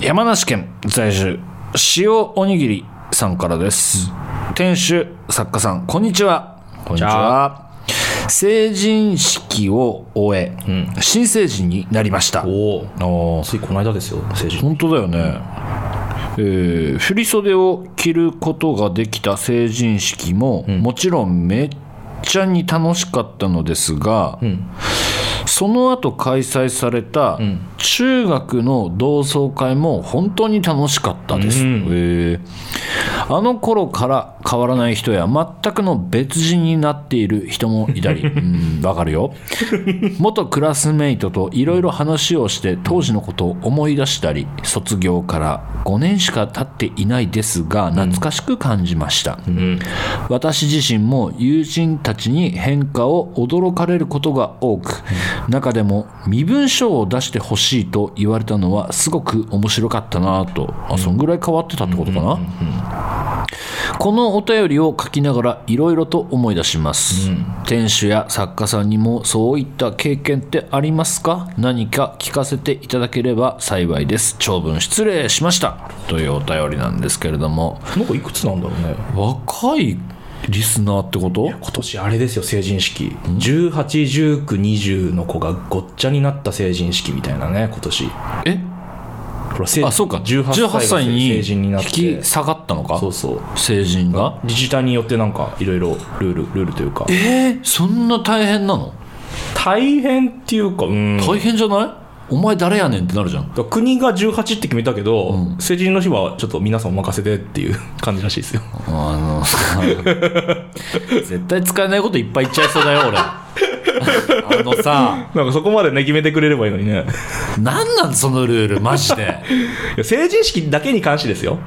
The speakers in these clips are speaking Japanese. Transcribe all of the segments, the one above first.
山梨県在住塩おにぎりさんからです、店主作家さんこんにちはこんにちは成人式を終え、新成人になりましたおおおついこの間ですよ成人本当だよね、えー振り袖を着ることができた成人式も、もちろんめっちゃに楽しかったのですが、その後開催された中学の同窓会も本当に楽しかったです、えーあの頃から変わらない人や全くの別人になっている人もい たりうんわかるよ元クラスメイトといろいろ話をして当時のことを思い出したり卒業から5年しか経っていないですが懐かしく感じました、私自身も友人たちに変化を驚かれることが多く中でも身分証を出してほしいと言われたのはすごく面白かったなぁとあそんぐらい変わってたってことかな、このお便りを書きながらいろいろと思い出します、店主や作家さんにもそういった経験ってありますか何か聞かせていただければ幸いです長文失礼しましたというお便りなんですけれどもこの子いくつ なんだろうね若いリスナーってこと今年あれですよ成人式181920の子がごっちゃになった成人式みたいなね今年えほら成あそうか18 18歳歳がに成人になっ引てき下がったのかそうそう成人が自治体によってなんかいろいろルールルールというかえー、そんな大変なの大変っていうかうん大変じゃない、お前誰やねんってなるじゃん国が18って決めたけど、成人の日はちょっと皆さんお任せでっていう 感じらしいですよあの 絶対使えないこといっぱい言っちゃいそうだよ俺あのさなんかそこまでね決めてくれればいいのにねなんなんそのルールマジでいや成人式だけに関してですよ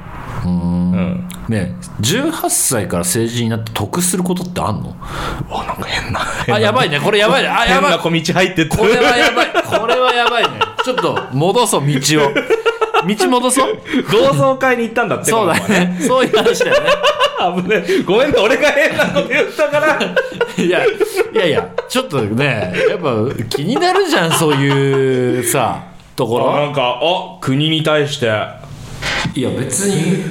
うんねえ18歳から成人になって得することってあんのあなんか変 なあやばいねこれやばいねあや変ばいな小道入ってってこれはやばいこれはやばいねちょっと戻そう道を道戻そう同窓会に行ったんだってそうだよねそういう話だよねこの子はね 危ねえごめんね俺が変なこと言った からいやいやいやちょっとねやっぱ気になるじゃんそういうさとこあろなんかあ国に対してあいや別 に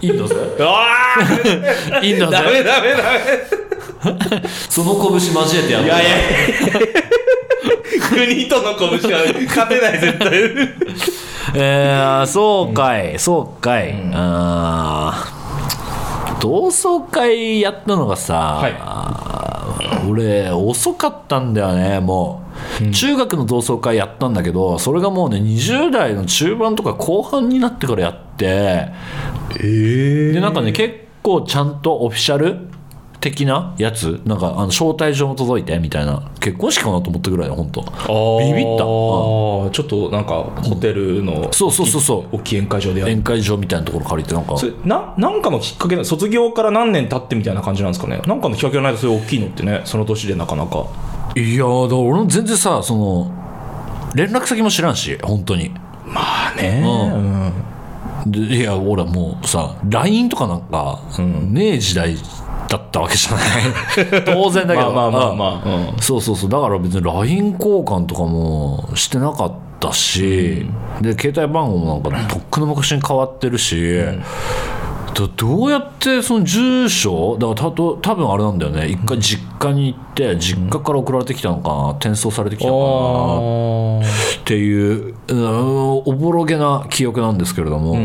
いいんだぜあいいんだ ぜダメダメダメその拳交えてやるいやいやいや 国との拳は勝てない絶対えー、そうかい、そうかい、あー同窓会やったのがさ、俺遅かったんだよねもう、中学の同窓会やったんだけどそれがもうね20代の中盤とか後半になってからやって えでなんかね結構ちゃんとオフィシャル的なやつなんかあの招待状も届いてみたいな結婚式かなと思ったぐらいだよ本当ビビったあーちょっとなんかホテルのそうそうそうそう大きい宴会場でやる宴会場みたいなところ借りてなんかそれななんかのきっかけな卒業から何年経ってみたいな感じなんですかねなんかのきっかけがないとそういう大きいのってねその年でなかなかいやーだから俺も全然さその連絡先も知らんし本当にまあねでいや俺はもうさ LINE とかなんか、ねえ時代だったわけじゃない 当然だけまどあまあまあまあ、うんうんそうそうそうだから別に LINE 交換とかもしてなかったし、で携帯番号もなんかとっくの昔に変わってるし、どどうやってその住所だからたと多分あれなんだよね一回実家に行って実家から送られてきたのかな転送されてきたのかなっていううんおぼろげな記憶なんですけれども、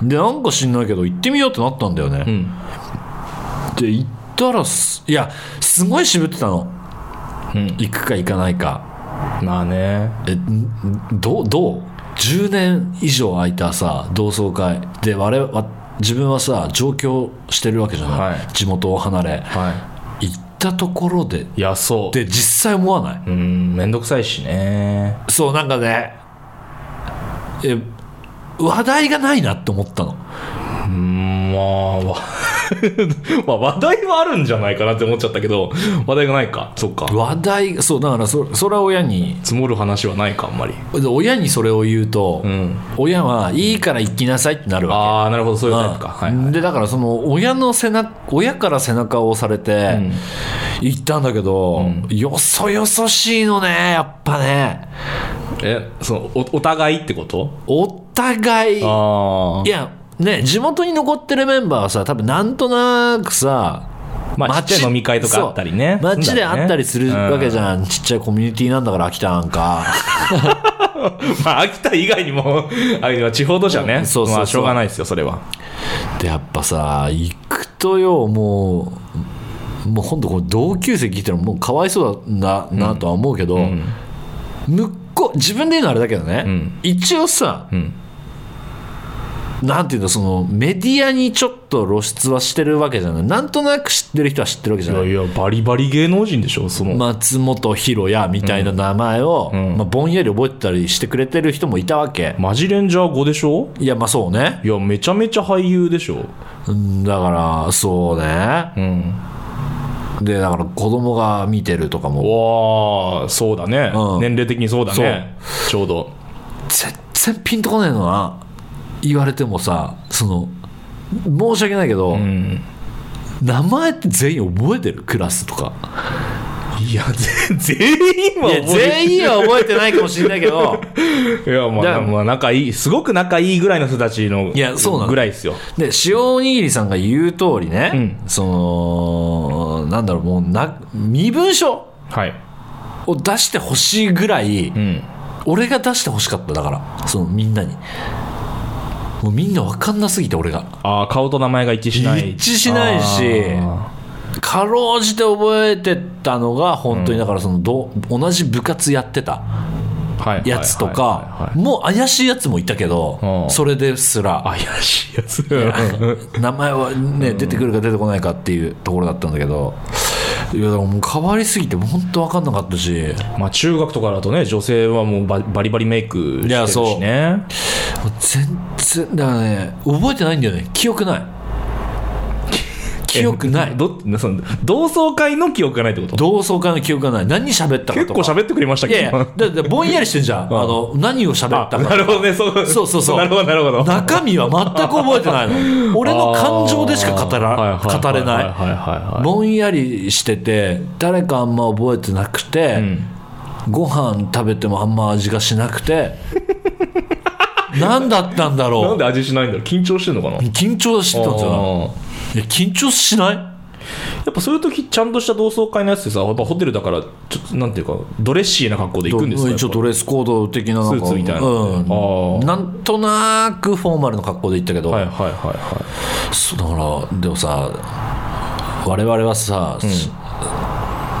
でなんか知んないけど行ってみようってなったんだよね、んで行ったらすいやすごい渋ってたの、うん行くか行かないかまあねえんんどうどう10年以上空いたさ同窓会で我々わ自分はさ上京してるわけじゃない、はい地元を離れは行ったところでいいやそうで実際思わないうん面倒くさいしねそうなんかねえ話題がないなって思ったのうんまあわ まあ話題はあるんじゃないかなって思っちゃったけど話題がないかそっか話題そうだからそそれは親に積もる話はないかあんまりで親にそれを言うと、ん親はいいから行きなさいってなるわけああなるほどそういうタイプか、はいうんでだからその親の背中親から背中を押されてん行ったんだけど、よそよそしいのねやっぱねえそのおお互いってことお互いいああ。やね地元に残ってるメンバーはさ多分なんとなくさまあちっちゃい飲み会とかそうあったりね街であったりするわけじゃん、ちっちゃいコミュニティなんだから秋田なんかまあ、秋田以外にも、 あれは地方都市はね、そうそうそうまあ、しょうがないですよ、それは。でやっぱさ行くとよもうもうほんとこの同級生聞いたらもうかわいそうだななとは思うけど、うん。向こう自分で言うのあれだけどね、うん一応さうん。なんていうのそのメディアにちょっと露出はしてるわけじゃないなんとなく知ってる人は知ってるわけじいゃなやいいや、バリバリ芸能人でしょ、その。松本博也みたいな名前を、うんまあ、ぼんやり覚えてたりしてくれてる人もいたわけ、マジレンジャー5でしょいやまあそうねいや、めちゃめちゃ俳優でしょ。うんだからそうねうん。でだから子供が見てるとかもわあ、そうだね、うん年齢的にそうだね。ちょうど。全然ピンとこねえのな言われてもさその申し訳ないけど、うん。名前って全員覚えてるクラスとかいや、ぜ 全員いはや覚え全員は覚えてないかもしれないけ どていや、まあ、だからまあ、仲いい、すごく仲いいぐらいの人たちの、いやそうなのぐらいですよ。で塩おにぎりさんが言う通りね、そのなんだろうもうな身分証はい。を出してほしいぐらい、うん。俺が出してほしかっただからそのみんなにもうみんな分かんなすぎて俺がああ、顔と名前が一致しない。一致しないしあかろうじて覚えてたのが本当にだからそのど、同じ部活やってたーはいやつとはいはいはいはいかもう怪しいやつもいたけどうんそれですら怪しいやつ。名前はね出てくるか出てこないかっていうところだったんだけどいやだからもう変わりすぎて本当分かんなかったし まあ中学とかだとね、女性はもうババリバリメイクしていやるそうしね。もう全然だからね覚えてないんだよね記憶 ない記憶ないえどその同窓会の記憶がないってこと同窓会の記憶がない何喋ったか結と構か喋ってくれましたいやいけやど。だってぼんやりしてんじゃんあの何を喋ったあかなるほどね、そうそうそうそうなるほど、なるほど。中身は全く覚えてないの俺の感情でしか語らあー語れ はいはいなはいはいいはいぼんやりしてて誰かあんま覚えてなくて、んご飯食べてもあんま味がしなくて 何だったんだなろんで味しないんだろう緊張してんのかなう緊張してたんですよあーいや緊張しないやっぱそういう時ちゃんとした同窓会のやつでさ、やっぱホテルだから、ちょっとなんていうか、ドレッシーな格好で行くんですか一応ドレスコード的ななんかスーツみたいなうんあーなんとなくフォーマルの格好で行ったけど、はいはいはいはい。そうだからでもさ我々はさ、し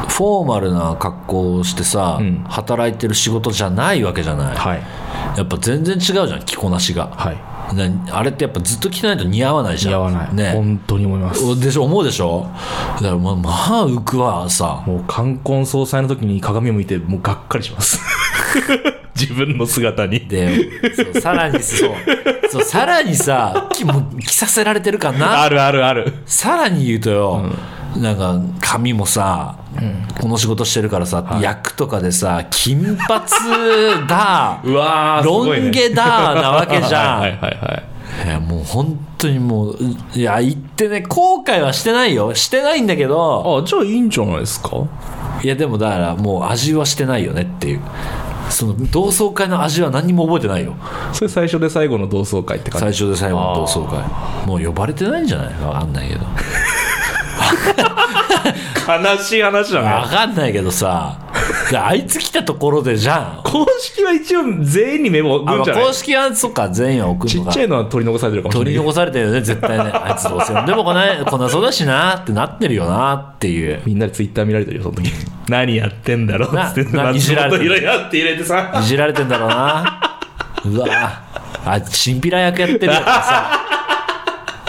フォーマルな格好をしてさ、ん働いてる仕事じゃないわけじゃない、はい。やっぱ全然違うじゃん着こなしが、はなあれってやっぱずっと着てないと似合わないい。じゃん似合わない。ね本当に思います。でしょ思うでしょだからまあまあ浮くわさもう冠婚葬祭の時に鏡を見て、もうがっかりします。 自分の姿に。でそうさらにそうそうさらにさきもう着させられてるかなあるあるある。さらに言うとよ、なんか髪もさ、この仕事してるからさ、役とかでさ金髪だ うわー、すロごい、ね。ン毛だなわけじゃん、 はいはいはいはい。いやもう本当にもういや言ってね後悔はしてないよしてないんだけどあ、じゃあいいんじゃないですかいやでもだからもう味はしてないよねっていうその同窓会の味は何も覚えてないよそれ最初で最後の同窓会って感最じ。初で最後の同窓会もう呼ばれてないんじゃないわかんないけど悲しい話だわ。かんないけどさであいつ来たところでじゃん公式は一応全員にメモあ送るまんあじゃない公式はそっか全員は送ちるのっかちゃいのは取り残されてるかもしれな取いりけど。残されてるよね絶対ねあいつどうせ呼んでもこないこなそうだしなってなってるよなっていうみんなでツイッター見られてるよ、その時。何やってんだろうなっつって。ないじられてるいろいろやって入れてさ。いじられてんだろうなうわあチンピラ役やってるよとか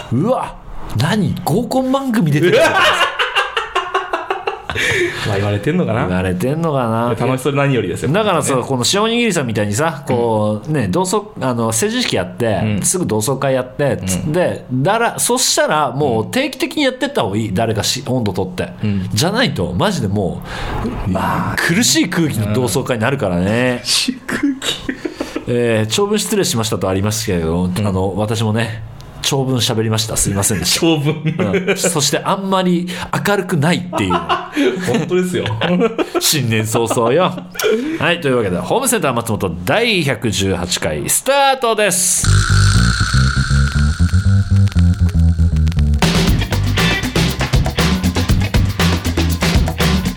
さうわ何合コン番組出てるよとか まあ言われてんのか言なわれてんのかな楽しそうで何よりですよ。だからさ、この塩おにぎりさんみたいにさ、こう、ね、同窓、あの、成人式やって、すぐ同窓会やって、つって、だら、そしたら、もう定期的にやってった方がいい。誰かし、温度取って。じゃないと、マジでもう、まあ、苦しい空気の同窓会になるからね。宿えー長文失礼しましたとありましたけれど、あの、私もね、長文喋りましたすいませんでし長文。た、うんそしてあんまり明るくないっていう本当ですよ。新年早々よはいというわけでホームセンター松本第118回スタートです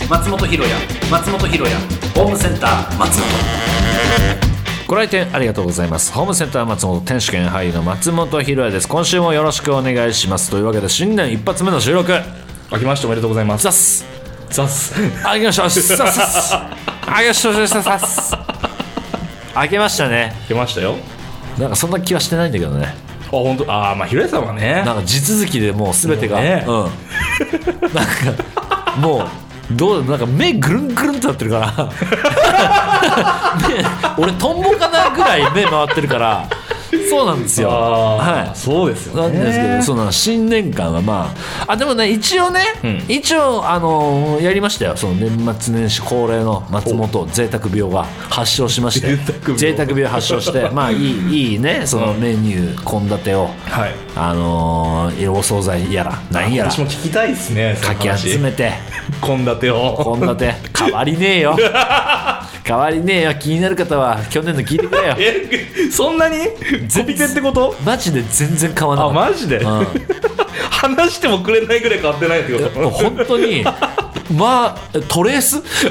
松本ひろや松本ひろやホームセンター松本ご来店ありがとうございますホームセンター松本天主兼俳優の松本ひろやです今週もよろしくお願いしますというわけで新年一発目の収録 明けましておめでとうございます。ザスザス。 あげました。さっさっあげました。さっさっあげましたね。出ましたよ。なんかそんな気はしてないんだけどね。あ、本当。ああ、まあ、ひろやさんはね。なんか地続きでもうすべてが、もうねうん。なんかもうどうなんか目ぐるんぐるんってなってる から。目俺トンボかなぐらい目回ってるから。そうなんですよ。あーはい。そうですなよんね。ですけど、そうなの新年間はまあ、あ、でもね、一応ね、ん一応、あのーやりましたよ、その年末年始恒例の松本贅沢病が発症しまして贅沢、病贅沢病発症 して、まあ、いい、いいね、そのメニュー、献立を、はい。あのーお惣菜やら、何やら、私もか聞きたいですね。そのき話集めて、献立を。献立、変わりねえ よ。変わりねえよ、気になる方は、去年の聞いてく れよ。え、そんなにコピペってことマジで全然変わらなあ、かったマジでうん話してもくれないぐらい変わってないってこもうと本当にまあトレースってい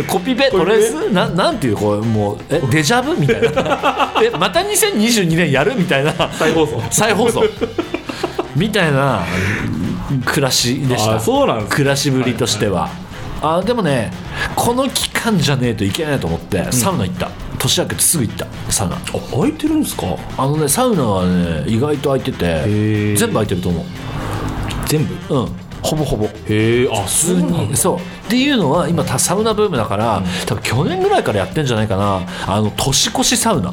うコピペトレースななんていうこうもうえデジャブみたいなえまた2022年やるみたいな再放送。再放送みたいな暮らしでしたあそうなんですね暮らしぶりとしては、あでもねこの期間じゃねえといけないと思ってサウナ行った、年明けてすぐ行ったサウナあ、開いてるんですかあのねサウナはね意外と空いててー全部空いてると思全部ううんほぼほぼへえ、あ、そ普う通なんにですそうっていうのは今たサウナブームだから、多分去年ぐらいからやってんじゃないかなあの年越しサウナ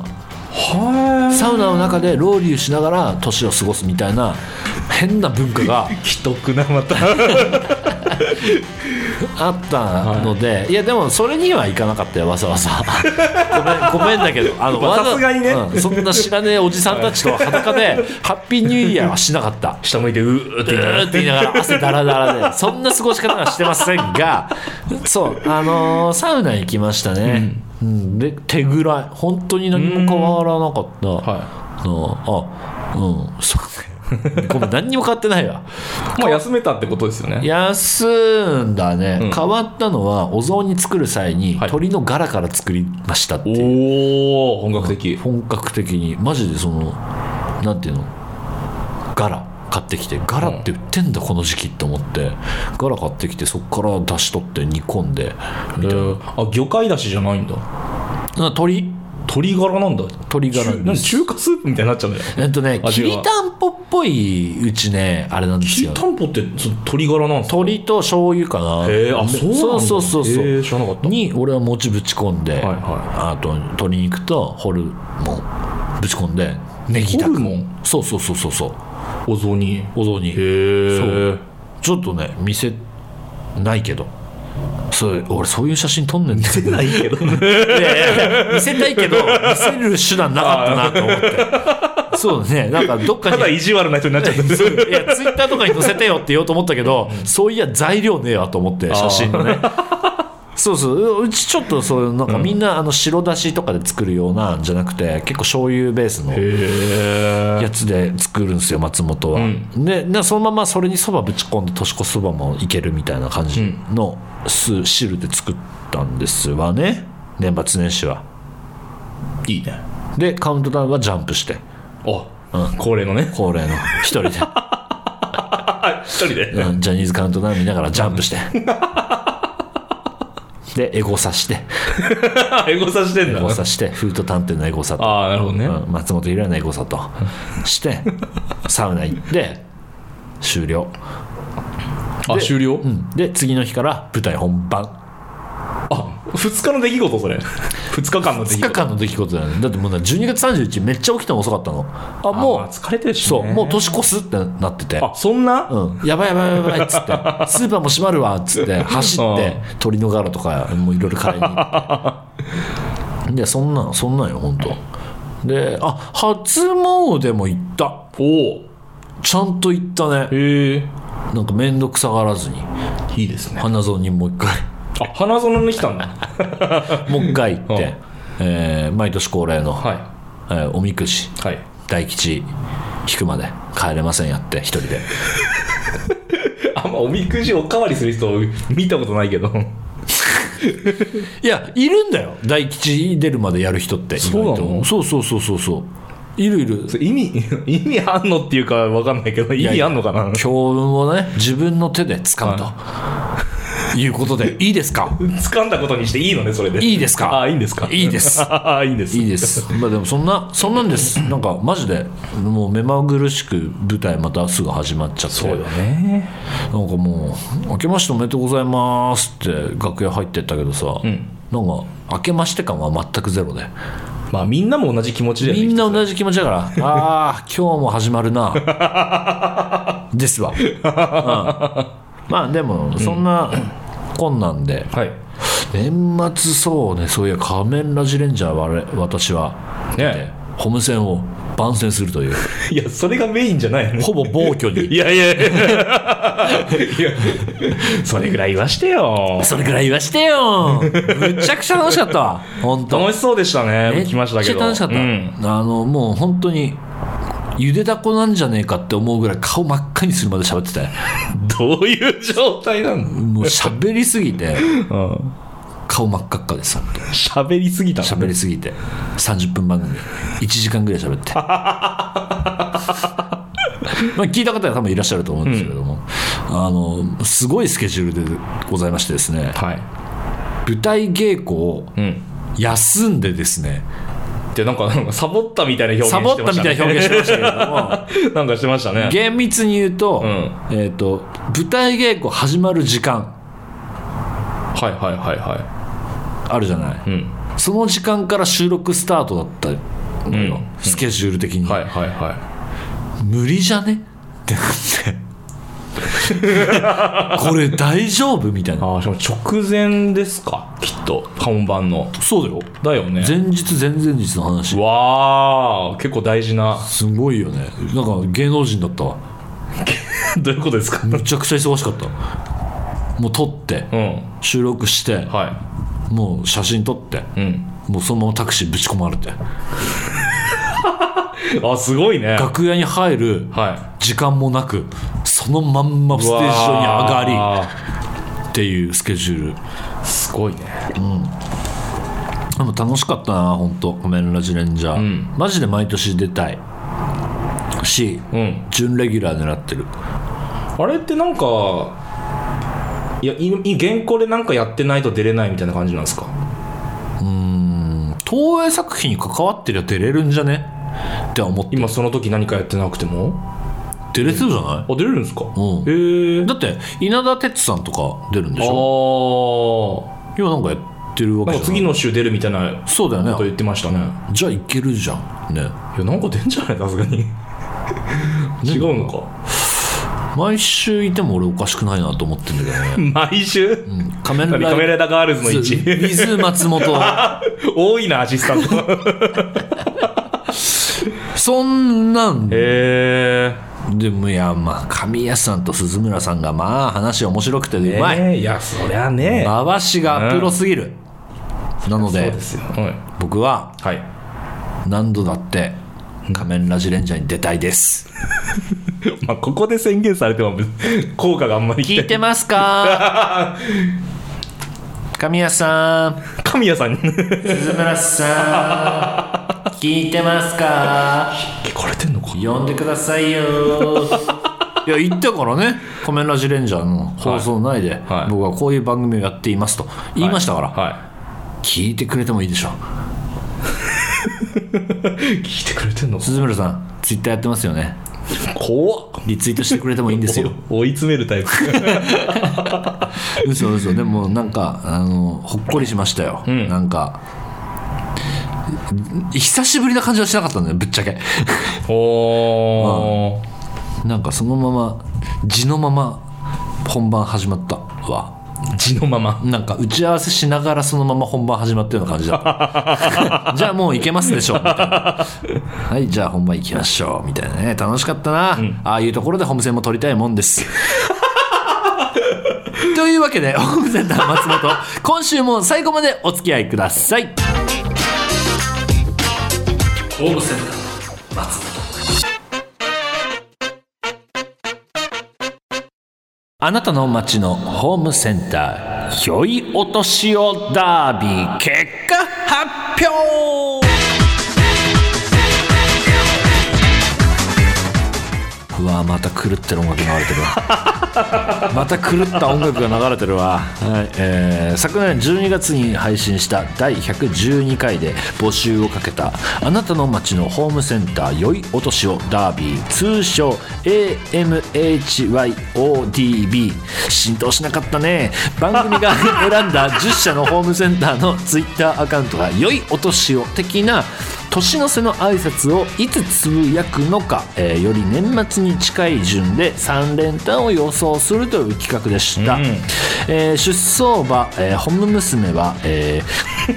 はサウナの中でロウリュしながら年を過ごすみたいな変な文化 がい。既得な、また。あったので、い、やでもそれにはいかなかったよわざわざ ごめんごめんだけどあのまあわざさすがにねうんそんな知らねえおじさんたちと裸 で、ハッピーニューイヤーはしなかった 下向いて、うーっうーって言いながら汗だらだら でそんな過ごし方はしてませんがそうあのーサウナ行きましたね、うん、で手ぐらい本当に何も変わらなかったあのあうんそう ねごめん何にも変わってないわまあ休めたってことですよね。休んだね、うん変わったのはお雑煮作る際にはい鳥の柄から作りましたっていう、おお本格的。本格的にマジでそのなんていうの柄買ってきて柄って売ってんだ、この時期って思って柄買ってきてそこから出し取って煮込んでみたいなあ、魚介だしじゃないんだ。な鳥鶏ガラなんだ。鶏ガラ中なんか中華スープみたいになっちゃうんだよ。えっとねき味はりたんぽっぽいうちねあれなんですきよりたんぽってその鶏ガラなんですか鶏と醤油かなへえあそうなんそだうそうそうそうへえ知らなかったに俺は餅ぶち込んで、いはいあと鶏肉とホルモンぶち込んでネギだホルモンそうそうそうそうそうお雑煮。お雑煮へえ。そうちょっとね見せないけどそう俺そういう写真撮んねん見せない けど。見せたいけど見せる手段なかったなと思ってそうねなんかどっかただに意地悪な人になっちゃって る。いやツイッターとかに載せてよって言おうと思ったけど、そういや材料ねえわと思って写真のねそうそううちちょっとそういうなんかみんなあの白だしとかで作るようなんじゃなくて結構醤油ベースのへえ。やつで作るんですよ松本は、ででそのままそれにそばぶち込んで年越しそばもいけるみたいな感じの酢、汁で作ったんですわね年末年始はいいね。でカウントダウンはジャンプしてあ、恒例のね。恒例の一人で、あ、一人で。うんジャニーズカウントダウン見ながらジャンプしてでエゴサして あ、エゴサしてんエだ。ゴサしてフード探偵のエゴサとああ、なるほどね。うん松本いらない誤差としてサウナ行って終了あ、終了うんで次の日から舞台本番あ、2日の出来事、それ。2日間の出2来日事。間の出来事だよねだってもうね12月31日めっちゃ起きたの遅かったのあもうあ疲れてるしね。そうもう年越すってなっててあ、そんなうん、やばいやばいやばいっ つってスーパーも閉まるわっつって走うっんて鳥の 柄とかもういろいろ買いに行っていやそんなんそんなんよ本当であ初詣も行ったおおちゃんと行ったねへえなんか面倒くさがらずにいいですね花園にもう一回 あ花園に来たんだもう一回行っうてん、えー毎年恒例の、はえーおみくじいはい 大吉引くまで帰れませんやって一人であんまおみくじおかわりする人見たことないけど いやいるんだよ大吉出るまでやる人ってそうなの意外とそうそうそうそうそういるいるそれ意味 意味あんのっていうかわかんないけど意やい味やあんのかな強運をね自分の手で掴むということ でいいですか掴んだことにしていいのねそれでいいですかあいいんですかいいですあ いいんですいいですまあでもそんなそんなんですなんかマジでもう目まぐるしく舞台またすぐ始まっちゃってそうだねなんかもう「明けましておめでとうございます」って楽屋入ってったけどさ、なんか明けまして感は全くゼロでまあみんなも同じ気持ちだよみねんな同じ気持ち だからああ今日も始まるなですわ、うんまあでもそんなこんなんではい年末そうねそういや仮面ラジレンジャーはあれ私はねホーム戦を番宣するといういやそれがメインじゃないのほぼ暴挙 にいやいやいやいやそれぐらい言わしてよそれぐらい言わしてよむちゃくちゃ楽しかったわ本当楽しそうでしたね来ましたけめっどちゃ楽しかった、うんあのもう本当にゆでだこなんじゃねえかって思うぐらい顔真っ赤にするまで喋ってたよどういう状態なのもう喋りすぎてうん顔真っ赤っかです本喋りすぎた当喋りすぎて30分番組1時間ぐらい喋って まあ聞いた方は多分いらっしゃると思うんですけれども、あのすごいスケジュールでございましてですねはい舞台稽古をうん休んでですねでなんかなんかサボったみたいな表現サボしってたみましたたいな表現してましたけれども 現なんかしてましたね厳密に言うと,、うんえー、と舞台稽古始まる時間はいはいはいはあるじゃない、いうんその時間から収録スタートだったのよ、うんスケジュール的に、はいはいは無理じゃねってなってこれ大丈夫みたいいなああしかも直前ですかきっと本番のそうだよだよね前日前々日の話わあ結構大事なすごいよねなんか芸能人だったわ どういうことですかむちゃくちゃ忙しかったもう撮ってうん収録してはもう写真撮っていうんもうそのままタクシーぶち込まれてあすごいね楽屋に入るは時間もなくそのまんまいステージ上に上がわりっていうスケジュールあすごいねでも楽しかったな本当仮面ラジレンジャー、んマジで毎年出たいし、うん準レギュラー狙ってるあれってなんかいやいい原稿でなんかやってないと出れないみたいな感じなんですか東映作品に関わってりゃ出れるんじゃねって思って今その時何かやってなくても出れてるじゃない、あ出れるんですかうんへえだって稲田哲さんとか出るんでしょあ今なんかやってるわあけじゃないなんか次の週出るみたいなそうだよこと言ねってましたねじゃあいけるじゃんねいやなんか出んじゃないさすが に違うのか毎週いても俺おかしくないなと思ってんだけど ね毎週、仮面ラ何イカダメーラだガールズの位置 水松本多いなアシスタントそんなんで へもいやまあ神谷さんと鈴村さんがまあ話面白くてえうまい、いやそりゃね回しがプロすぎる、なのそうでですよは、僕はいはい何度だって仮面ラジレンジャーに出たいですまあ、ここで宣言されても 効果があんまり聞いてますか 神谷さん神谷さんに鈴村さん聞いてますか聞かれてんのか呼んでください よいや言ったからね「仮面ラジレンジャー」の放送内で、はい僕はこういう番組をやっていますと言いましたから、は聞いてくれてもいいでしょうい聞いてくれてんのか鈴村さんツイッターやってますよね怖っリツイートしてくれてもいいんですよ追い詰めるタイプ嘘嘘でもなんかあのほっこりしましたよ、んなんか久しぶりな感じはしなかったんだよぶっちゃけ おー、なんかそのまま地のまま本番始まったわ地のまま。なんか打ち合わせしながらそのまま本番始まったような感じだったじゃあもういけますでしょうみたいなはいじゃあ本番行きましょうみたいなね楽しかったな、ああいうところでホームセンも撮りたいもんですというわけでホームセンター松本今週も最後までお付き合いくださいホームセンター松本あなたの街のホームセンターひょいお年をダービー結果発表うわまた狂ってる音楽流れてるわまた狂った音楽が流れてるわ、はいえー昨年12月に配信した第112回で募集をかけたあなたの街のホームセンター良いお年をダービー通称 AMHYODB 浸透しなかったね番組が選んだ10社のホームセンターのツイッターアカウントが良いお年を的な年の瀬の挨拶をいつつぶやくのか、えーより年末に近い順で3連単を予想するという企画でした、うんえー出走馬、えー、ホム娘は、えーな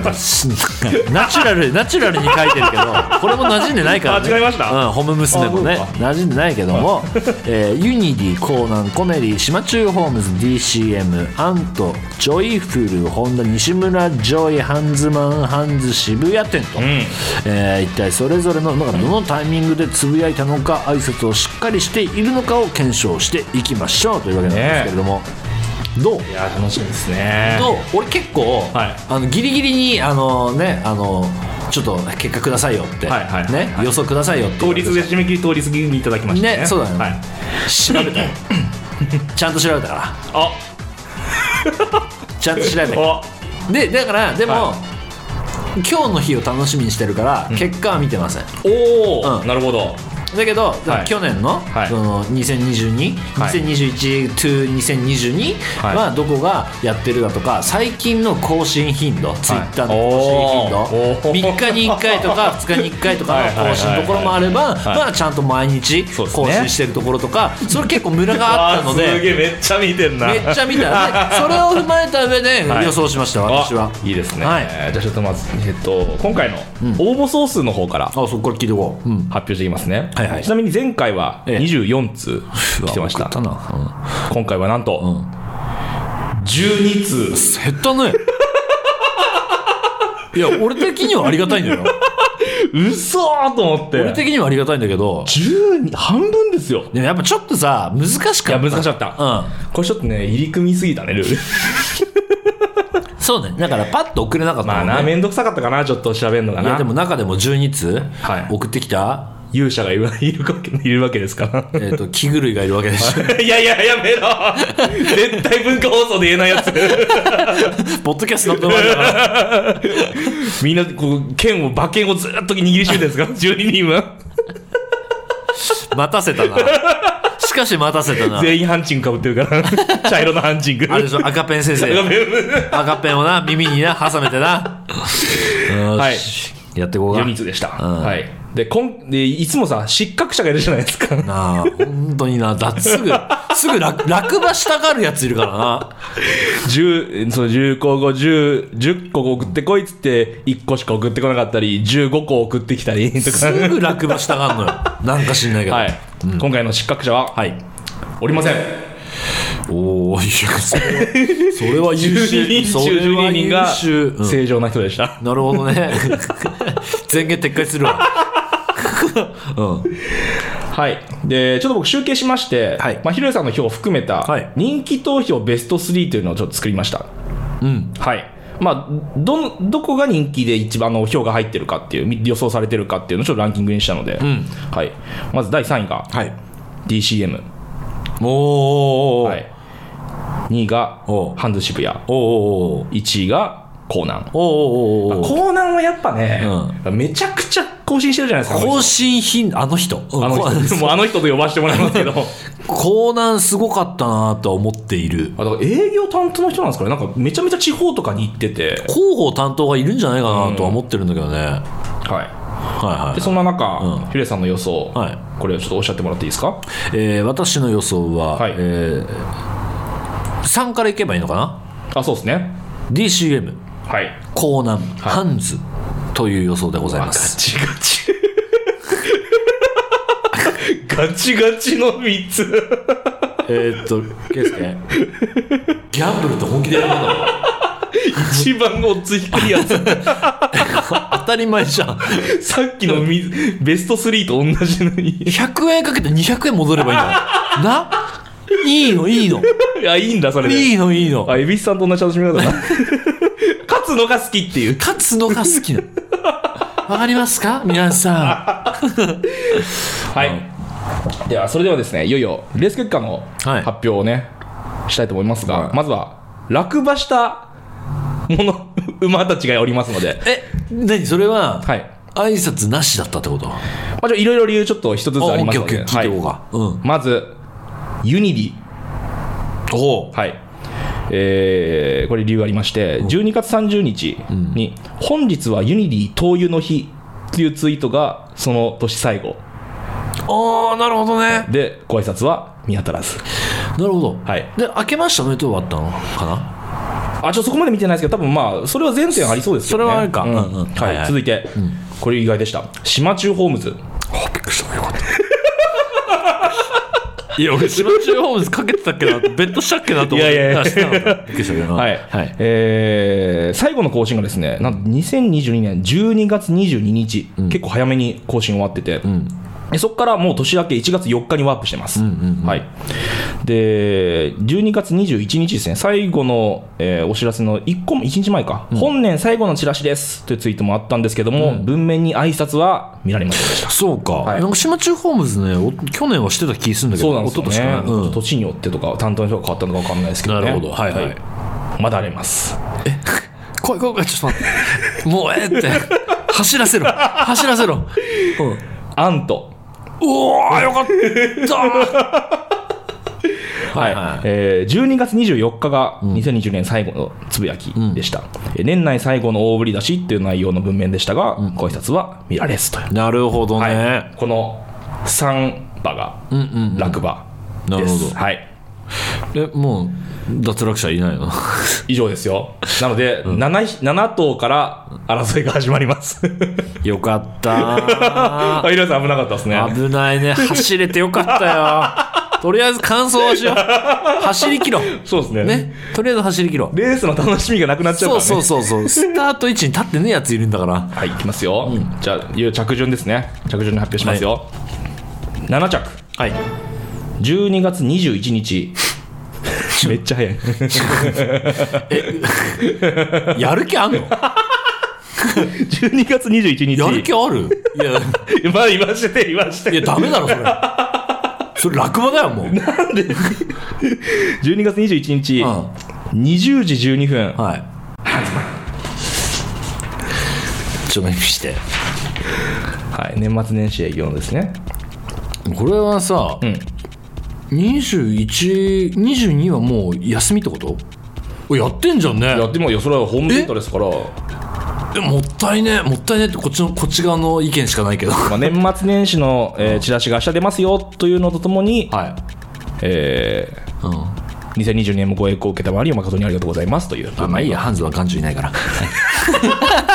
んかし ナチュラルナチュラルに書いてるけどこれも馴染んでないから、ね、あ違いましたうん、ホム娘もねあそう馴染んでないけども、えーユニディコーナンコメリー島中ホームズ DCM アントジョイフルホンダ西村ジョイハンズマンハンズ渋谷店と、んえー一体それぞれのなんかどのタイミングでつぶやいたのか挨拶をしっかりしているのかを検証していきましょうというわけなんですけれども、どういや、楽しみですね。と俺結構、はいあのギリギリにあのねあのちょっと結果くださいよって、はいはいはいね、予想くださいよって当日で締め切り当日にいただきましたね。ねそうだよねはい。調べたよ ちゃんと調べたからあ、ちゃんと調べたあ、でだからでも、は今日の日を楽しみにしてるから、結果は見てませんおお、うんなるほど。だけど、はい去年の,、はいその2022、はい2021 to 2022はいはどこがやってるだとか最近の更新頻度、ツイッターのおー更新頻お度3日に1回と か2日に1回とかはいはいはのいはい更新のところもあれば、はいまあ、ちゃんと毎日そうですね更新してるところとかそれ結構ムラがあったの あーすで。げえ、めっちゃ見てんな。めっちゃ見たでそれを踏まえた上ではい予想しました、私はあいいですね。はい、あえーじゃあちょっとまず、えっと、今回の応募総数の方から。そこから聞いておこう、うん、発表していきますね、はいはいちなみに前回はええ24通来てました、うわ送ったな、今回はなんと、ん12通うん減ったね いや俺的にはありがたいんだよ嘘ーと思って俺的にはありがたいんだけど12半分ですよでもやっぱちょっとさ難しかっいたや難しかった、うこれちょっとね入り組みすぎたねルールんそうねだからパッと送れなかったまあもんねな面倒くさかったかなちょっと調べるのがいやなでも中でも12通はい送ってきた、勇者がいるいるわけいるわけですから えっ、と 着ぐるいがいるわけでしょいやいやや めろ絶対文化放送で言えないやつポッドキャストの名前だ からみんなこう剣を馬剣をずっと握りしめてるんですか 12人は待たせたなしかし待たせたな全員ハンチングかぶってるから 茶色のハンチングあれでしょ赤ペン先生 赤ペンをな、耳にな、挟めてな。はいやっていこうか。 4な人でした、うんはいでこんでいつもさ失格者がいるじゃないですか あ、本当にな、だすぐ、すぐ落落馬したがるやついるからな。 10, その10個後 10, 10個送ってこいっつって1個しか送ってこなかったり15個送ってきたり とかすぐ落馬したがるのよ。なんか知んないけど。はい、今回の失格者は、おりませんおおいや、それは、それは優12秀。人そ中れは12人が優秀。うん正常な人でした、なるほどね。全言撤回するわ。うん。はいでちょっと僕集計しまして、はいまあ、ひろやさんの票を含めたはい人気投票ベスト3というのをちょっと作りましたうん。はいまあ、どのどこが人気で一番あの票が入ってるかっていうみ予想されてるかっていうのをちょっとランキングにしたので、んはい、まず第3位がはい。 DCM、おーおーおーはい、2位がおうハンズ渋谷おーおー1位が江南おーおーおーおー江南はやっぱね、めちゃくちゃ更新してるじゃないですか更新頻度、あの人。あのうん 人もうあの人と呼ばせてもらいますけどコーナンすごかったなとは思っている。あだから営業担当の人なんですかねなんかめちゃめちゃ地方とかに行ってて、広報担当がいるんじゃないかなとは思ってるんだけどね。は、はいでいそんな中、ヒデさんの予想、はいこれをちょっとおっしゃってもらっていいですかはい。えー私の予想は、はいえー3からいけばいいのかなあそうですね DCM はい江南、ハンズという予想でございガますチガチガチガチの3つえーっと圭介 ギャンブルって本気でやるもんだろ 一番オッズ低いやつ 当たり前じゃんさっきのみベスト3と同じのに100円かけて200円戻ればいいんだないいのいいの あいいんだそれでいいのいいのあ蛭子さんと同じ楽しみ方だな 勝つのが好きっていう勝つのが好きなのわかりますか皆さはい、ではそれではですねいよいよレース結果のはい発表をね、したいと思いますが、はいまずは落馬したもの 馬たちがおりますのでんえ何それは、はい挨拶なしだったってことあまあ、ちょいろいろ理由ちょっと一つずつありオッますケーのオッケーで聞いていこうはか、うんい、まずユニディおうはいえーこれ理由ありまして12月30日に「本日はユニディ灯油の日」っていうツイートがその年最後ああなるほどねでご挨拶は見当たらずなるほど、はいで明けましておめでとうはあったのかなあちょっとそこまで見てないですけど多分まあそれは全点ありそうですけど、そね、れはあるかうんうんうんははいいはい続いて、これ意外でした島中ホームズあびっくりしたよかった いや俺島中ホームズかけてたっけなベッドしたっけなと思っていやいやいやあしてなかったびっくりしたけどなはい、はい、えー最後の更新がですねなんと2022年12月22日、結構早めに更新終わってて、でそこからもう年明け1月4日にワープしてます、はい、で12月21日ですね最後の、えーお知らせの1個も1日前か、本年最後のチラシですというツイートもあったんですけども、文面に挨拶は見られませんでしたそうか、はいなんか島中ホームズねお去年はしてた気するんだけどそうなんですよ一昨ね年かなうん年によってとか担当の人が変わったのか分かんないですけど、ね、なるほどはいはいまだあります怖い怖い怖いちょっと待ってもうええって走らせろ走らせ ろ、うん、アントおおよかったははいいえー12月24日が2020年最後のつぶやきでした、えー年内最後の大振り出しっていう内容の文面でしたが、ご挨拶は見られずという、なるほどね、はい、この3馬が落馬なでるす、ほどはい、えもう脱落者いないの 以上ですよなので、七 7, 頭から争いが始まりますよかった あイラさん危なかったですね危ないね走れてよかったよとりあえず完走はしよう走り切ろうそうですねねとりあえず走り切ろうレースの楽しみがなくなっちゃうかそらうねそうそうそうスタート位置に立ってねえやついるんだからはい、いきますよ。じゃあ、いよいよ着順ですね。着順に発表しますよ。7着、はい12月21日。 めっちゃ早い。やる気あんの12月21日。やる気あるいやまあ、言わして、言わしいや、て。ダメだろ、それ。それ、落馬だよ、もう。 12月21日、20時12分。はい。ちょっと見して。はい、年末年始営業のですね。これはさ、ん21、22はもう休みってことおやってんじゃんね。やっても、いや、それはホームセンターですから、えもったいねえ、もったいねえって、こっちの、こっち側の意見しかないけど。はまあ、年末年始の、えーチラシが明日出ますよというのとともに、い。えーうん。 2020年もご栄光を受けたまわりを誠にありがとうございますという。あまあいいや、ハンズは眼中いないから。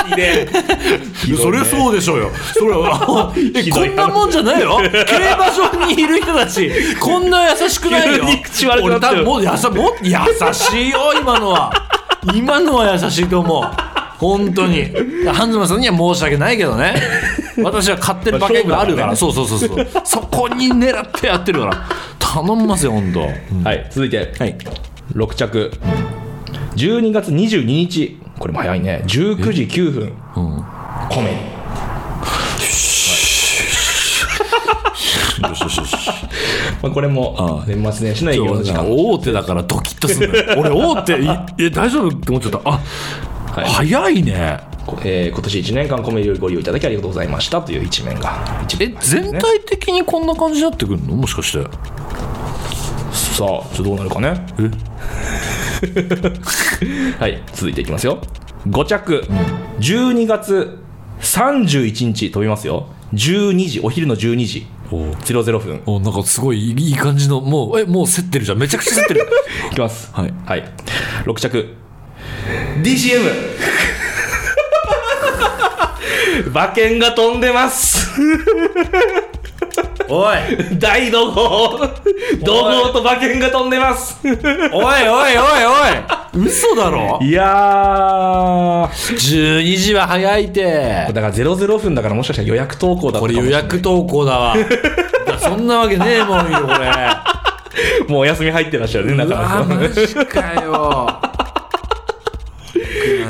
いいねいやそれそうでしょうよ。それ は、えこんなもんじゃないよ。競馬場にいる人たち、こんな優しくないよ。急に口悪くなってる俺多分もうやさ、もっと優しいよ、今のは。今のは優しいと思う。本当に。ハンズマンさんには申し訳ないけどね。私は買ってる馬券があるから、まあそうそうそうそう。そこに狙ってやってるから。頼みますよ、本当。はい、続いて、はい。 6着12月22日これも早いね19時9分、コメまあこれもああ年末年始の営業の時間大手だからドキッとする のよ。俺大手、いえ、大丈夫って思っちゃった。あ、い早いね。えー今年1年間コメ料理をご利用いただきありがとうございましたという一面が一面え全体的にこんな感じになってくるのもしかしてさあちょっとどうなるかね はい続いていきますよ5着12月31日飛びますよ12時お昼の12時00分おなんかすごいいい感じのもうえもう競ってるじゃんめちゃくちゃ競ってるいきます はいはい6着 DCM 馬券が飛んでます おい大怒号怒号と馬券が飛んでますおいおいおいおい嘘だろいやー12時は早いてだから00分だからもしかしたら予約投稿だっこたかもれし予れない約投稿 だわそんなわけねえもんよこれもうお休み入ってらっしゃるねう中わかマジか よ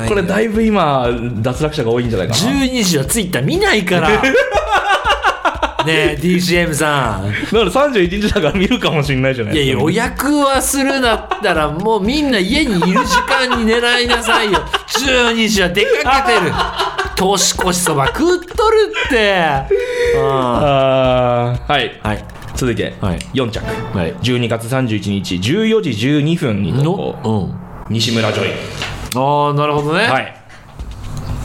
これだいぶ今脱落者が多いんじゃないかな12時はツイッター見ない からねえ DCM さんだから31日だから見るかもしれないじゃないいやいや予約はするなったらもうみんな家にいる時間に狙いなさいよ12時は出かけてる年越しそば食っとるってうんあーはいはい続いて、はい4着はい12月31日14時12分に投稿のうん西村ジョイああなるほどね、はい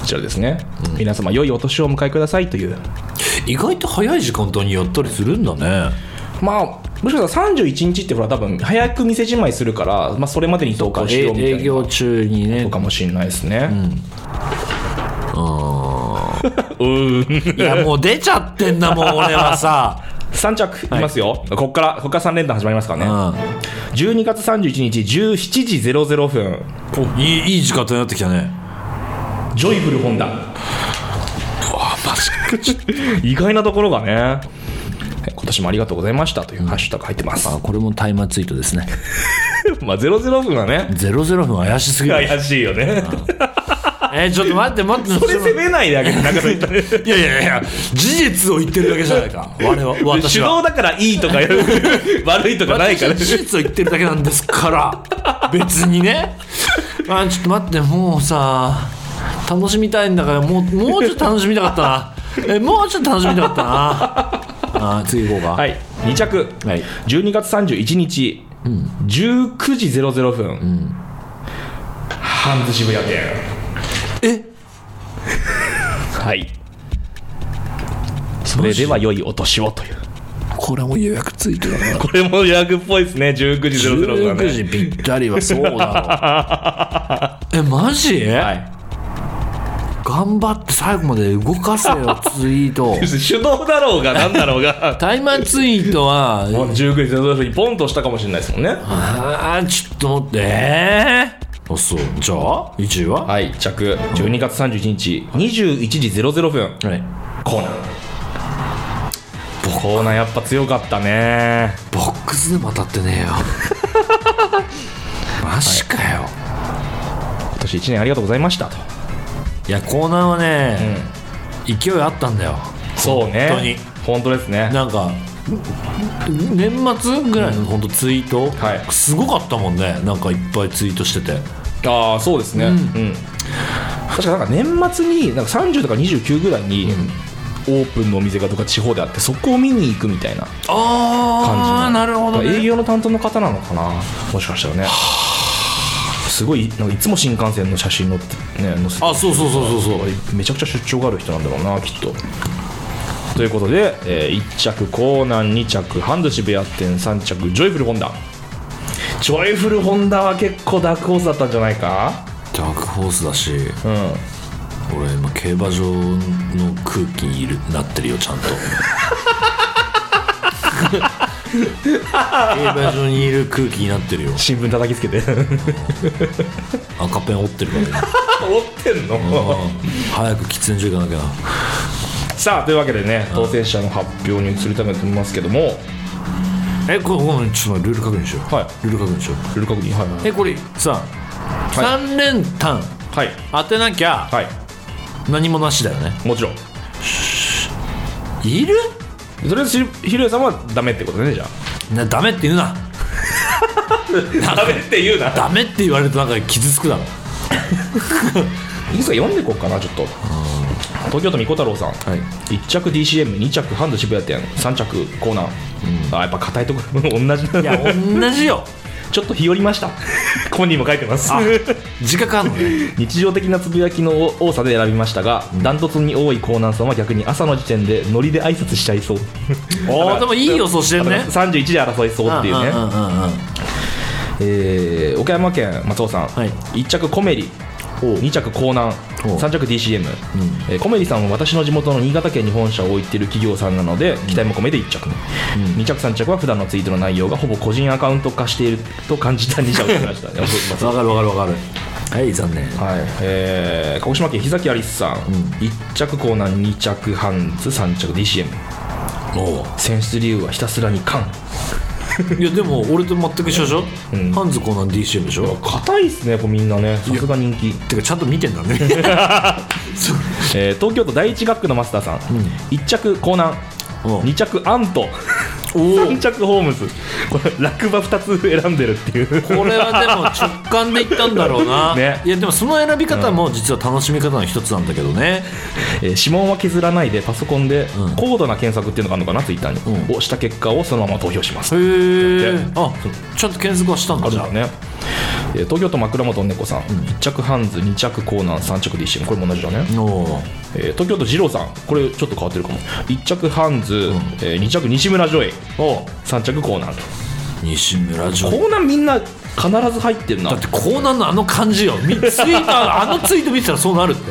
こちらですね、皆様良いお年をお迎えくださいという意外と早い時間帯にやったりするんだねまあもしかしたら31日ってほら多分早く店じまいするから、まあ、それまでに投稿しようみたいな営業中にねそうかもしれないですね、いやもう出ちゃってんだもん俺はさ、 3着いきますよ、こっからこっから3連単始まりますからね、12月31日17時00分うん、いいいい時間帯になってきたねジョイフルホンダあマジか意外なところがね今年もありがとうございましたというハッシュタグ入ってます、これもタイマーツイートですね まあ00分はね00分怪しすぎる怪しいよねえーちょっと待って待ってそれ責めないであげ て中野さんいやいやいや事実を言ってるだけじゃないか我 々は手私は動だからいいとか 悪いとかない私かはら事実を言ってるだけなんですから別にねあちょっと待ってもうさ楽しみたいんだからもうもうちょっと楽しみたかったなえもうちょっと楽しみたかった なあー次行こうかはい2着、はい12月31日、19時00分、ハンズ渋谷店え はいそれでは良いお年をというこれも予約ついてるなこれも予約っぽいですね19時00分19時ぴったりはそうだろうえマジ、はい頑張って最後まで動かせ よツイート手動だろうが何だろう がタイマーツイートは19時00分にポンとしたかもしれないですもんねあーちょっと待ってえー、あそうじゃあ1位ははい着12月31日21時00分はいコーナーコーナーやっぱ強かったねボックスでも当たって ねえよマジかよ、今年1年ありがとうございましたとい、やコーナーはね、勢いあったんだよそうね本当に本当ですねなんかん年末ぐらいの本当ツイート、はいすごかったもんねなんかいっぱいツイートしててああそうですねうん、確かなんか年末になんか30とか29ぐらいに、オープンのお店がとか地方であってそこを見に行くみたいな感じのああなるほど、ね、営業の担当の方なのかなもしかしたらねすごいなんかいつも新幹線の写真載って、ね、載せてあそうそうそうそうそうめちゃくちゃ出張がある人なんだろうなきっとということで、え1着コーナン2着ハンド渋谷店3着ジョイフルホンダジョイフルホンダは結構ダークホースだったんじゃないかダークホースだしうん俺今競馬場の空気にいるなってるよちゃんと 競馬場にいる空気になってるよ新聞叩きつ けて赤ペン折ってるから ね追ってんの、早く喫煙所行かなきゃなさあというわけでね当選者の発表に移りたいと思いますけどもえこごめんちょっと待ってルール確認しようはいルール確認しようルール確認はいえこれさ、三3連単はい当てなきゃはい、何もなしだよねもちろんいるとりあえずひひろやさんはダメってことねじゃなダメって言うなあ ダメって言うなダメって言われるとなんか傷つくだろいくつか読んでいこうかなちょっと東京都みこ太郎さん、い1着 DCM2 着ハンド渋谷店3着コーナー、あやっぱ硬いところ 同じいや同じよちょっと日和りました ここにも書いてます自覚あんのね 日常的なつぶやきの多さで選びましたが、ダントツに多いコーナーさんは逆に朝の時点でノリで挨拶しちゃいそう あーでもいい予想してんね31で争いそうっていうねうんうんうんうんうんえー岡山県松尾さん、はい1着コメリ2着江南3着 DCM、えーコメリさんは私の地元の新潟県に本社を置いている企業さんなので期待も込めて1着、2着3着は普段のツイートの内容がほぼ個人アカウント化していると感じた2着を選びま した、わかるわかるわかるはい残念はいえー鹿児島県日崎有栖さん、1着コーナー2着ハンズ3着 DCM おうセンス理由はひたすらに缶いやでも俺と全く一緒でしょ、ハンズコーナー DCM でしょ硬いっすねやっぱみんなねさすが人気てかちゃんと見てんだねそうえー東京都第一学区のマスターさん、一1着江南おう2着アント おう3着ホームズこれ落馬2つ選んでるっていうこれはでも直感で言ったんだろうな、 ねいやでもその選び方も実は楽しみ方の一つなんだけどね えー指紋は削らないでパソコンで高度な検索っていうのがあるのかなツイッターに、をした結果をそのまま投票しますへえだってあちゃんと検索はしたんあだるんじだゃあね、えー東京都枕元の猫さん、1着ハンズ2着コーナン3着 DC これも同じだね、おうえー東京都二郎さんこれちょっと変わってるかも1着ハンズ、え2着西村ジョイ3着コーナンと西村城コーナンみんな必ず入ってるなだってコーナーのあの感じよみツイートあのツイート見てたらそうなるって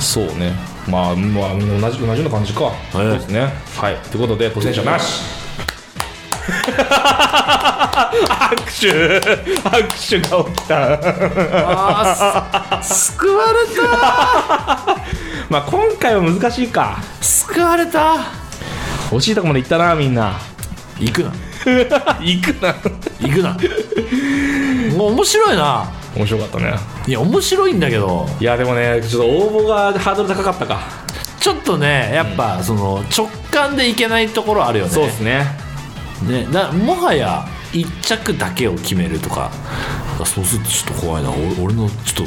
そうねまあ、まあ、同じ同じような感じか、そうですねはいということで当選者な し拍手拍手が起きたあ救われまあ今回は難しいかた救われた惜しいとこまで行ったなみんな行くな行くな行くなもう面白いな面白かったねいや面白いんだけどいやでもねちょっと応募がハードル高かったかちょっとねやっぱその直感でいけないところあるよねそうですねねだもはや一着だけを決めるとかそうするとちょっと怖いな俺俺のちょっと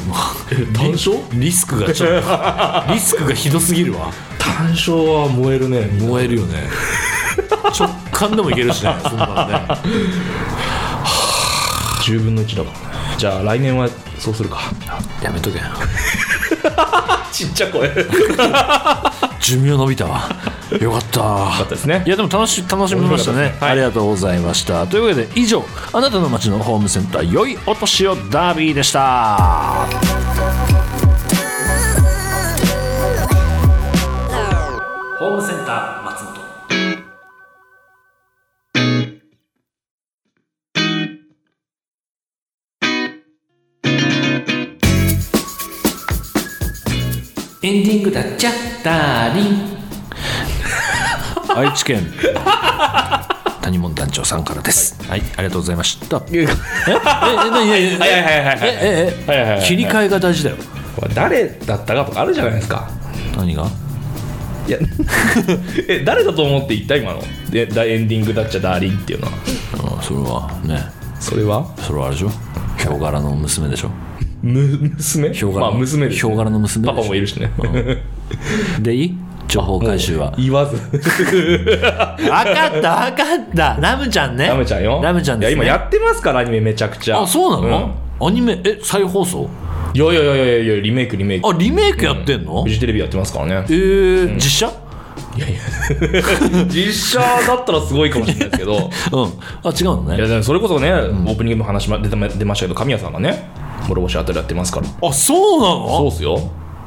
短所リリスクがちょっ とリスクがひどすぎるわ単勝は燃えるね燃えるよね直感でもいけるしねそんなのね10分の1だからねじゃあ来年はそうするかやめとけちっちゃ声よか寿命伸びたわよかったったですねいやでも楽し楽しみましたね面白かったですねはいありがとうございましたというわけで以上あなたの街のホームセンター良いお年をダービーでしたホームセンター松本エンディングだっちゃダーリン愛知 県谷門団長さんからです。はい、ありがとうございました。え、え、え、何え、え、はいはいはいはいはいえ、え、はいはいはいはい切り替えが大事だよ。これ誰だったかとかあるじゃないですか何が？いや え誰だと思って言った今のでだエンディングだっちゃダーリンっていうのはあ、それはね、それはそれはあれでしょ。ヒョウ柄の娘でしょ。む娘ヒョウ柄まあの娘でヒすョウ柄の娘でパしょパもいるしね、でいい？情報回収は。 言わず分かった分かった。ラムちゃんね。ラムちゃんよラムちゃんです、ね。いや今やってますからアニメめちゃくちゃあ、そうなの？アニメえ再放送？うんいやいやいやいやいやリメイクリメイクあ、リメイクやってんの？フえジテレビやってますからねー、実写？実写だったらすごいかもしれないですけ どうん。あ、違うのいね。やでもそれこそね、オープニングの話も出てま出ましたけど神谷さんがね諸星あたりやってますからあ、そうなの？そうっすよ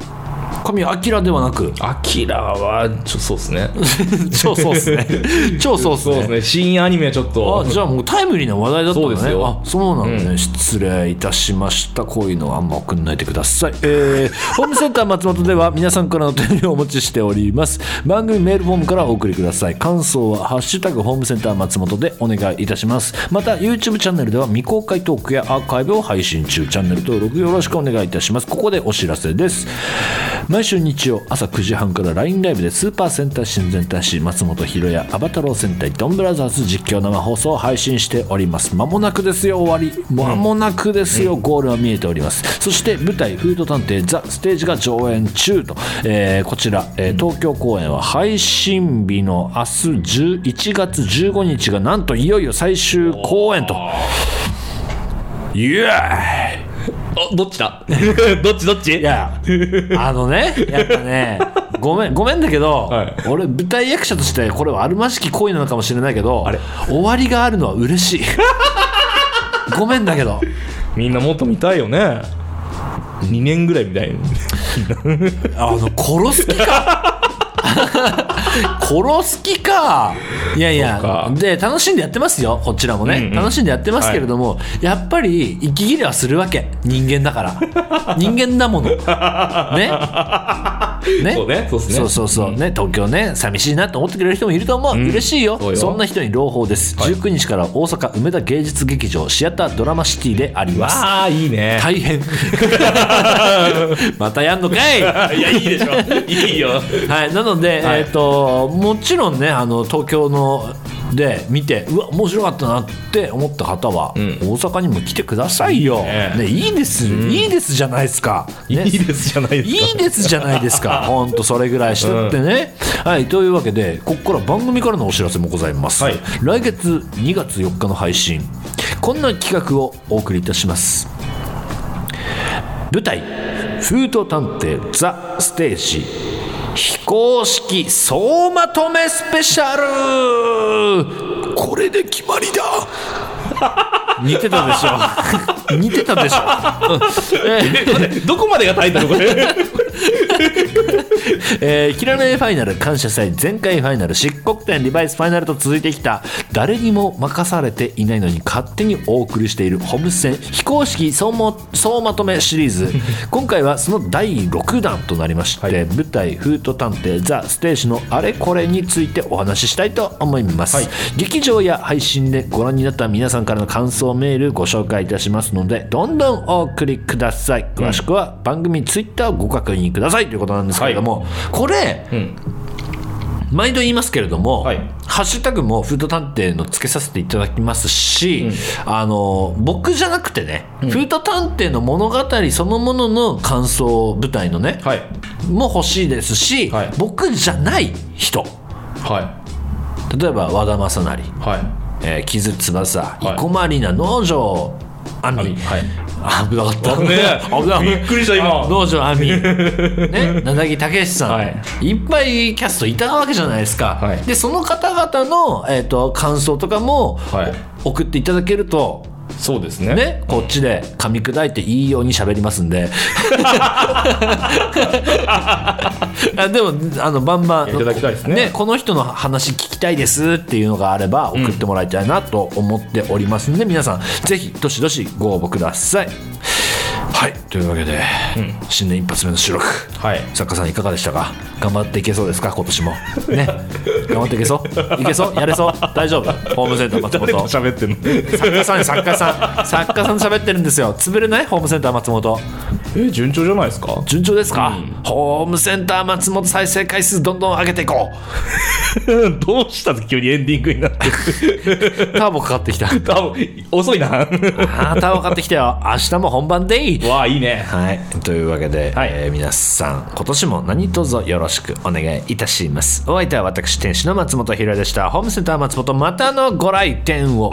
神明ではなくアキラはちょ そうっすね超 そうっすね 超そうっすそうねですね、深夜アニメはちょっあ。とじゃあもうタイムリーな話題だったのそうですねよあそうなんだね、失礼いたしましたこういうのはあんま送んないでください、えー、ホームセンター松本では皆さんからのお便りをお持ちしております番組メールフォームからお送りください感想は「ハッシュタグホームセンター松本」でお願いいたしますまた YouTube チャンネルでは未公開トークやアーカイブを配信中チャンネル登録よろしくお願いいたしますここでお知らせです毎週日曜朝9時半から LINE ライブでスーパーセンター新前大使松本博也アバタロー戦隊ドンブラザーズ実況生放送を配信しております間もなくですよ終わり間もなくですよ、ゴールは見えておりますそして舞台「フード探偵ザ・ステージ」が上演中と、えーこちら、えー東京公演は配信日の明日11月15日がなんといよいよ最終公演とイエーイおどっち だどっちどっちいやあのねやっぱ ねごめんごめんだけど、はい俺舞台役者としてこれはあるまじき恋なのかもしれないけど終わりがあるのは嬉しいごめんだけどみんなもっと見たいよね2年ぐらい見たいあの殺す気か 殺す気かいやいそうかやで楽しんでやってますよこちらもね、うんうん楽しんでやってますけれども、やっぱり息切れはするわけ人間だから人間だも のねねそうねそうっすねそうそうそうね東京ね寂しいなと思ってくれる人もいると思う、ん嬉しいよそうよそんな人に朗報です、はい19日から大阪梅田芸術劇場シアタードラマシティでありますわあいいね大変 またやんのかい いやいいでしょ いいよ はい、なので、はいえっ、と、もちろんね、あの東京の。で見てうわ面白かったなって思った方は、ん大阪にも来てくださいよ、ねねいいです、いいですじゃないですか、ねいいですじゃないですかいいですじゃないですかほんとそれぐらいしたってね、はいというわけでここから番組からのお知らせもございます、はい来月2月4日の配信こんな企画をお送りいたします舞台「フード探偵ザ・ステージ」非公式総まとめスペシャルこれで決まりだ似てたでしょ 似てたでしょ、うんえーどこまでがタイトルこれえー、キラメファイナル感謝祭前回ファイナル漆黒展リバイスファイナルと続いてきた誰にも任されていないのに勝手にお送りしているホームセン非公式総も 総まとめシリーズ今回はその第6弾となりまして、舞台「フート探偵ザ・ステージ」のあれこれについてお話ししたいと思います、劇場や配信でご覧になった皆さんからの感想メールご紹介いたしますのでどんどんお送りください詳しくは番組ツイッターをご確認くださいということなんですけれども、これ、ん毎度言いますけれども、はいハッシュタグもフード探偵のつけさせていただきますし、あの僕じゃなくてね、フード探偵の物語そのものの感想舞台のね、はいも欲しいですし、はい僕じゃない人は例えば和田正成、いはえー、木津翼、い生駒里奈能条亜美、いはい危なかった危ねえ危ない危ないびっくりした今あ道場亜 美ね七木武さん、、はいっぱいキャストいたわけじゃないですか、はいでその方々の、えー、と感想とかも、はい送っていただけるとそうですねねこっちで噛み砕いていいように喋りますん であでもあのバンバンいただきたいですねこの人の話聞きたいですっていうのがあれば送ってもらいたいなと思っておりますので、皆さんぜひどしどしご応募くださいはいというわけで、新年一発目の収録はい作家さんいかがでしたか頑張っていけそうですか今年もね頑張っていけそういけそうやれそう大丈夫ホームセンター松誰と本喋ってんの作家さん作家さん作家さんと喋ってるんですよ潰れないホームセンター松本 え順調じゃないですか順調ですか、ホームセンター松本再生回数どんどん上げていこう どうした急にエンディングに なって ターボかかってきた多分遅いなあーターボかかってきたよ明日も本番でいい わあいいねはいというわけで、はいえー皆さん今年も何卒よろしくお願いいたしますお相手は私店主の松本ひろでしたホームセンター松本またのご来店を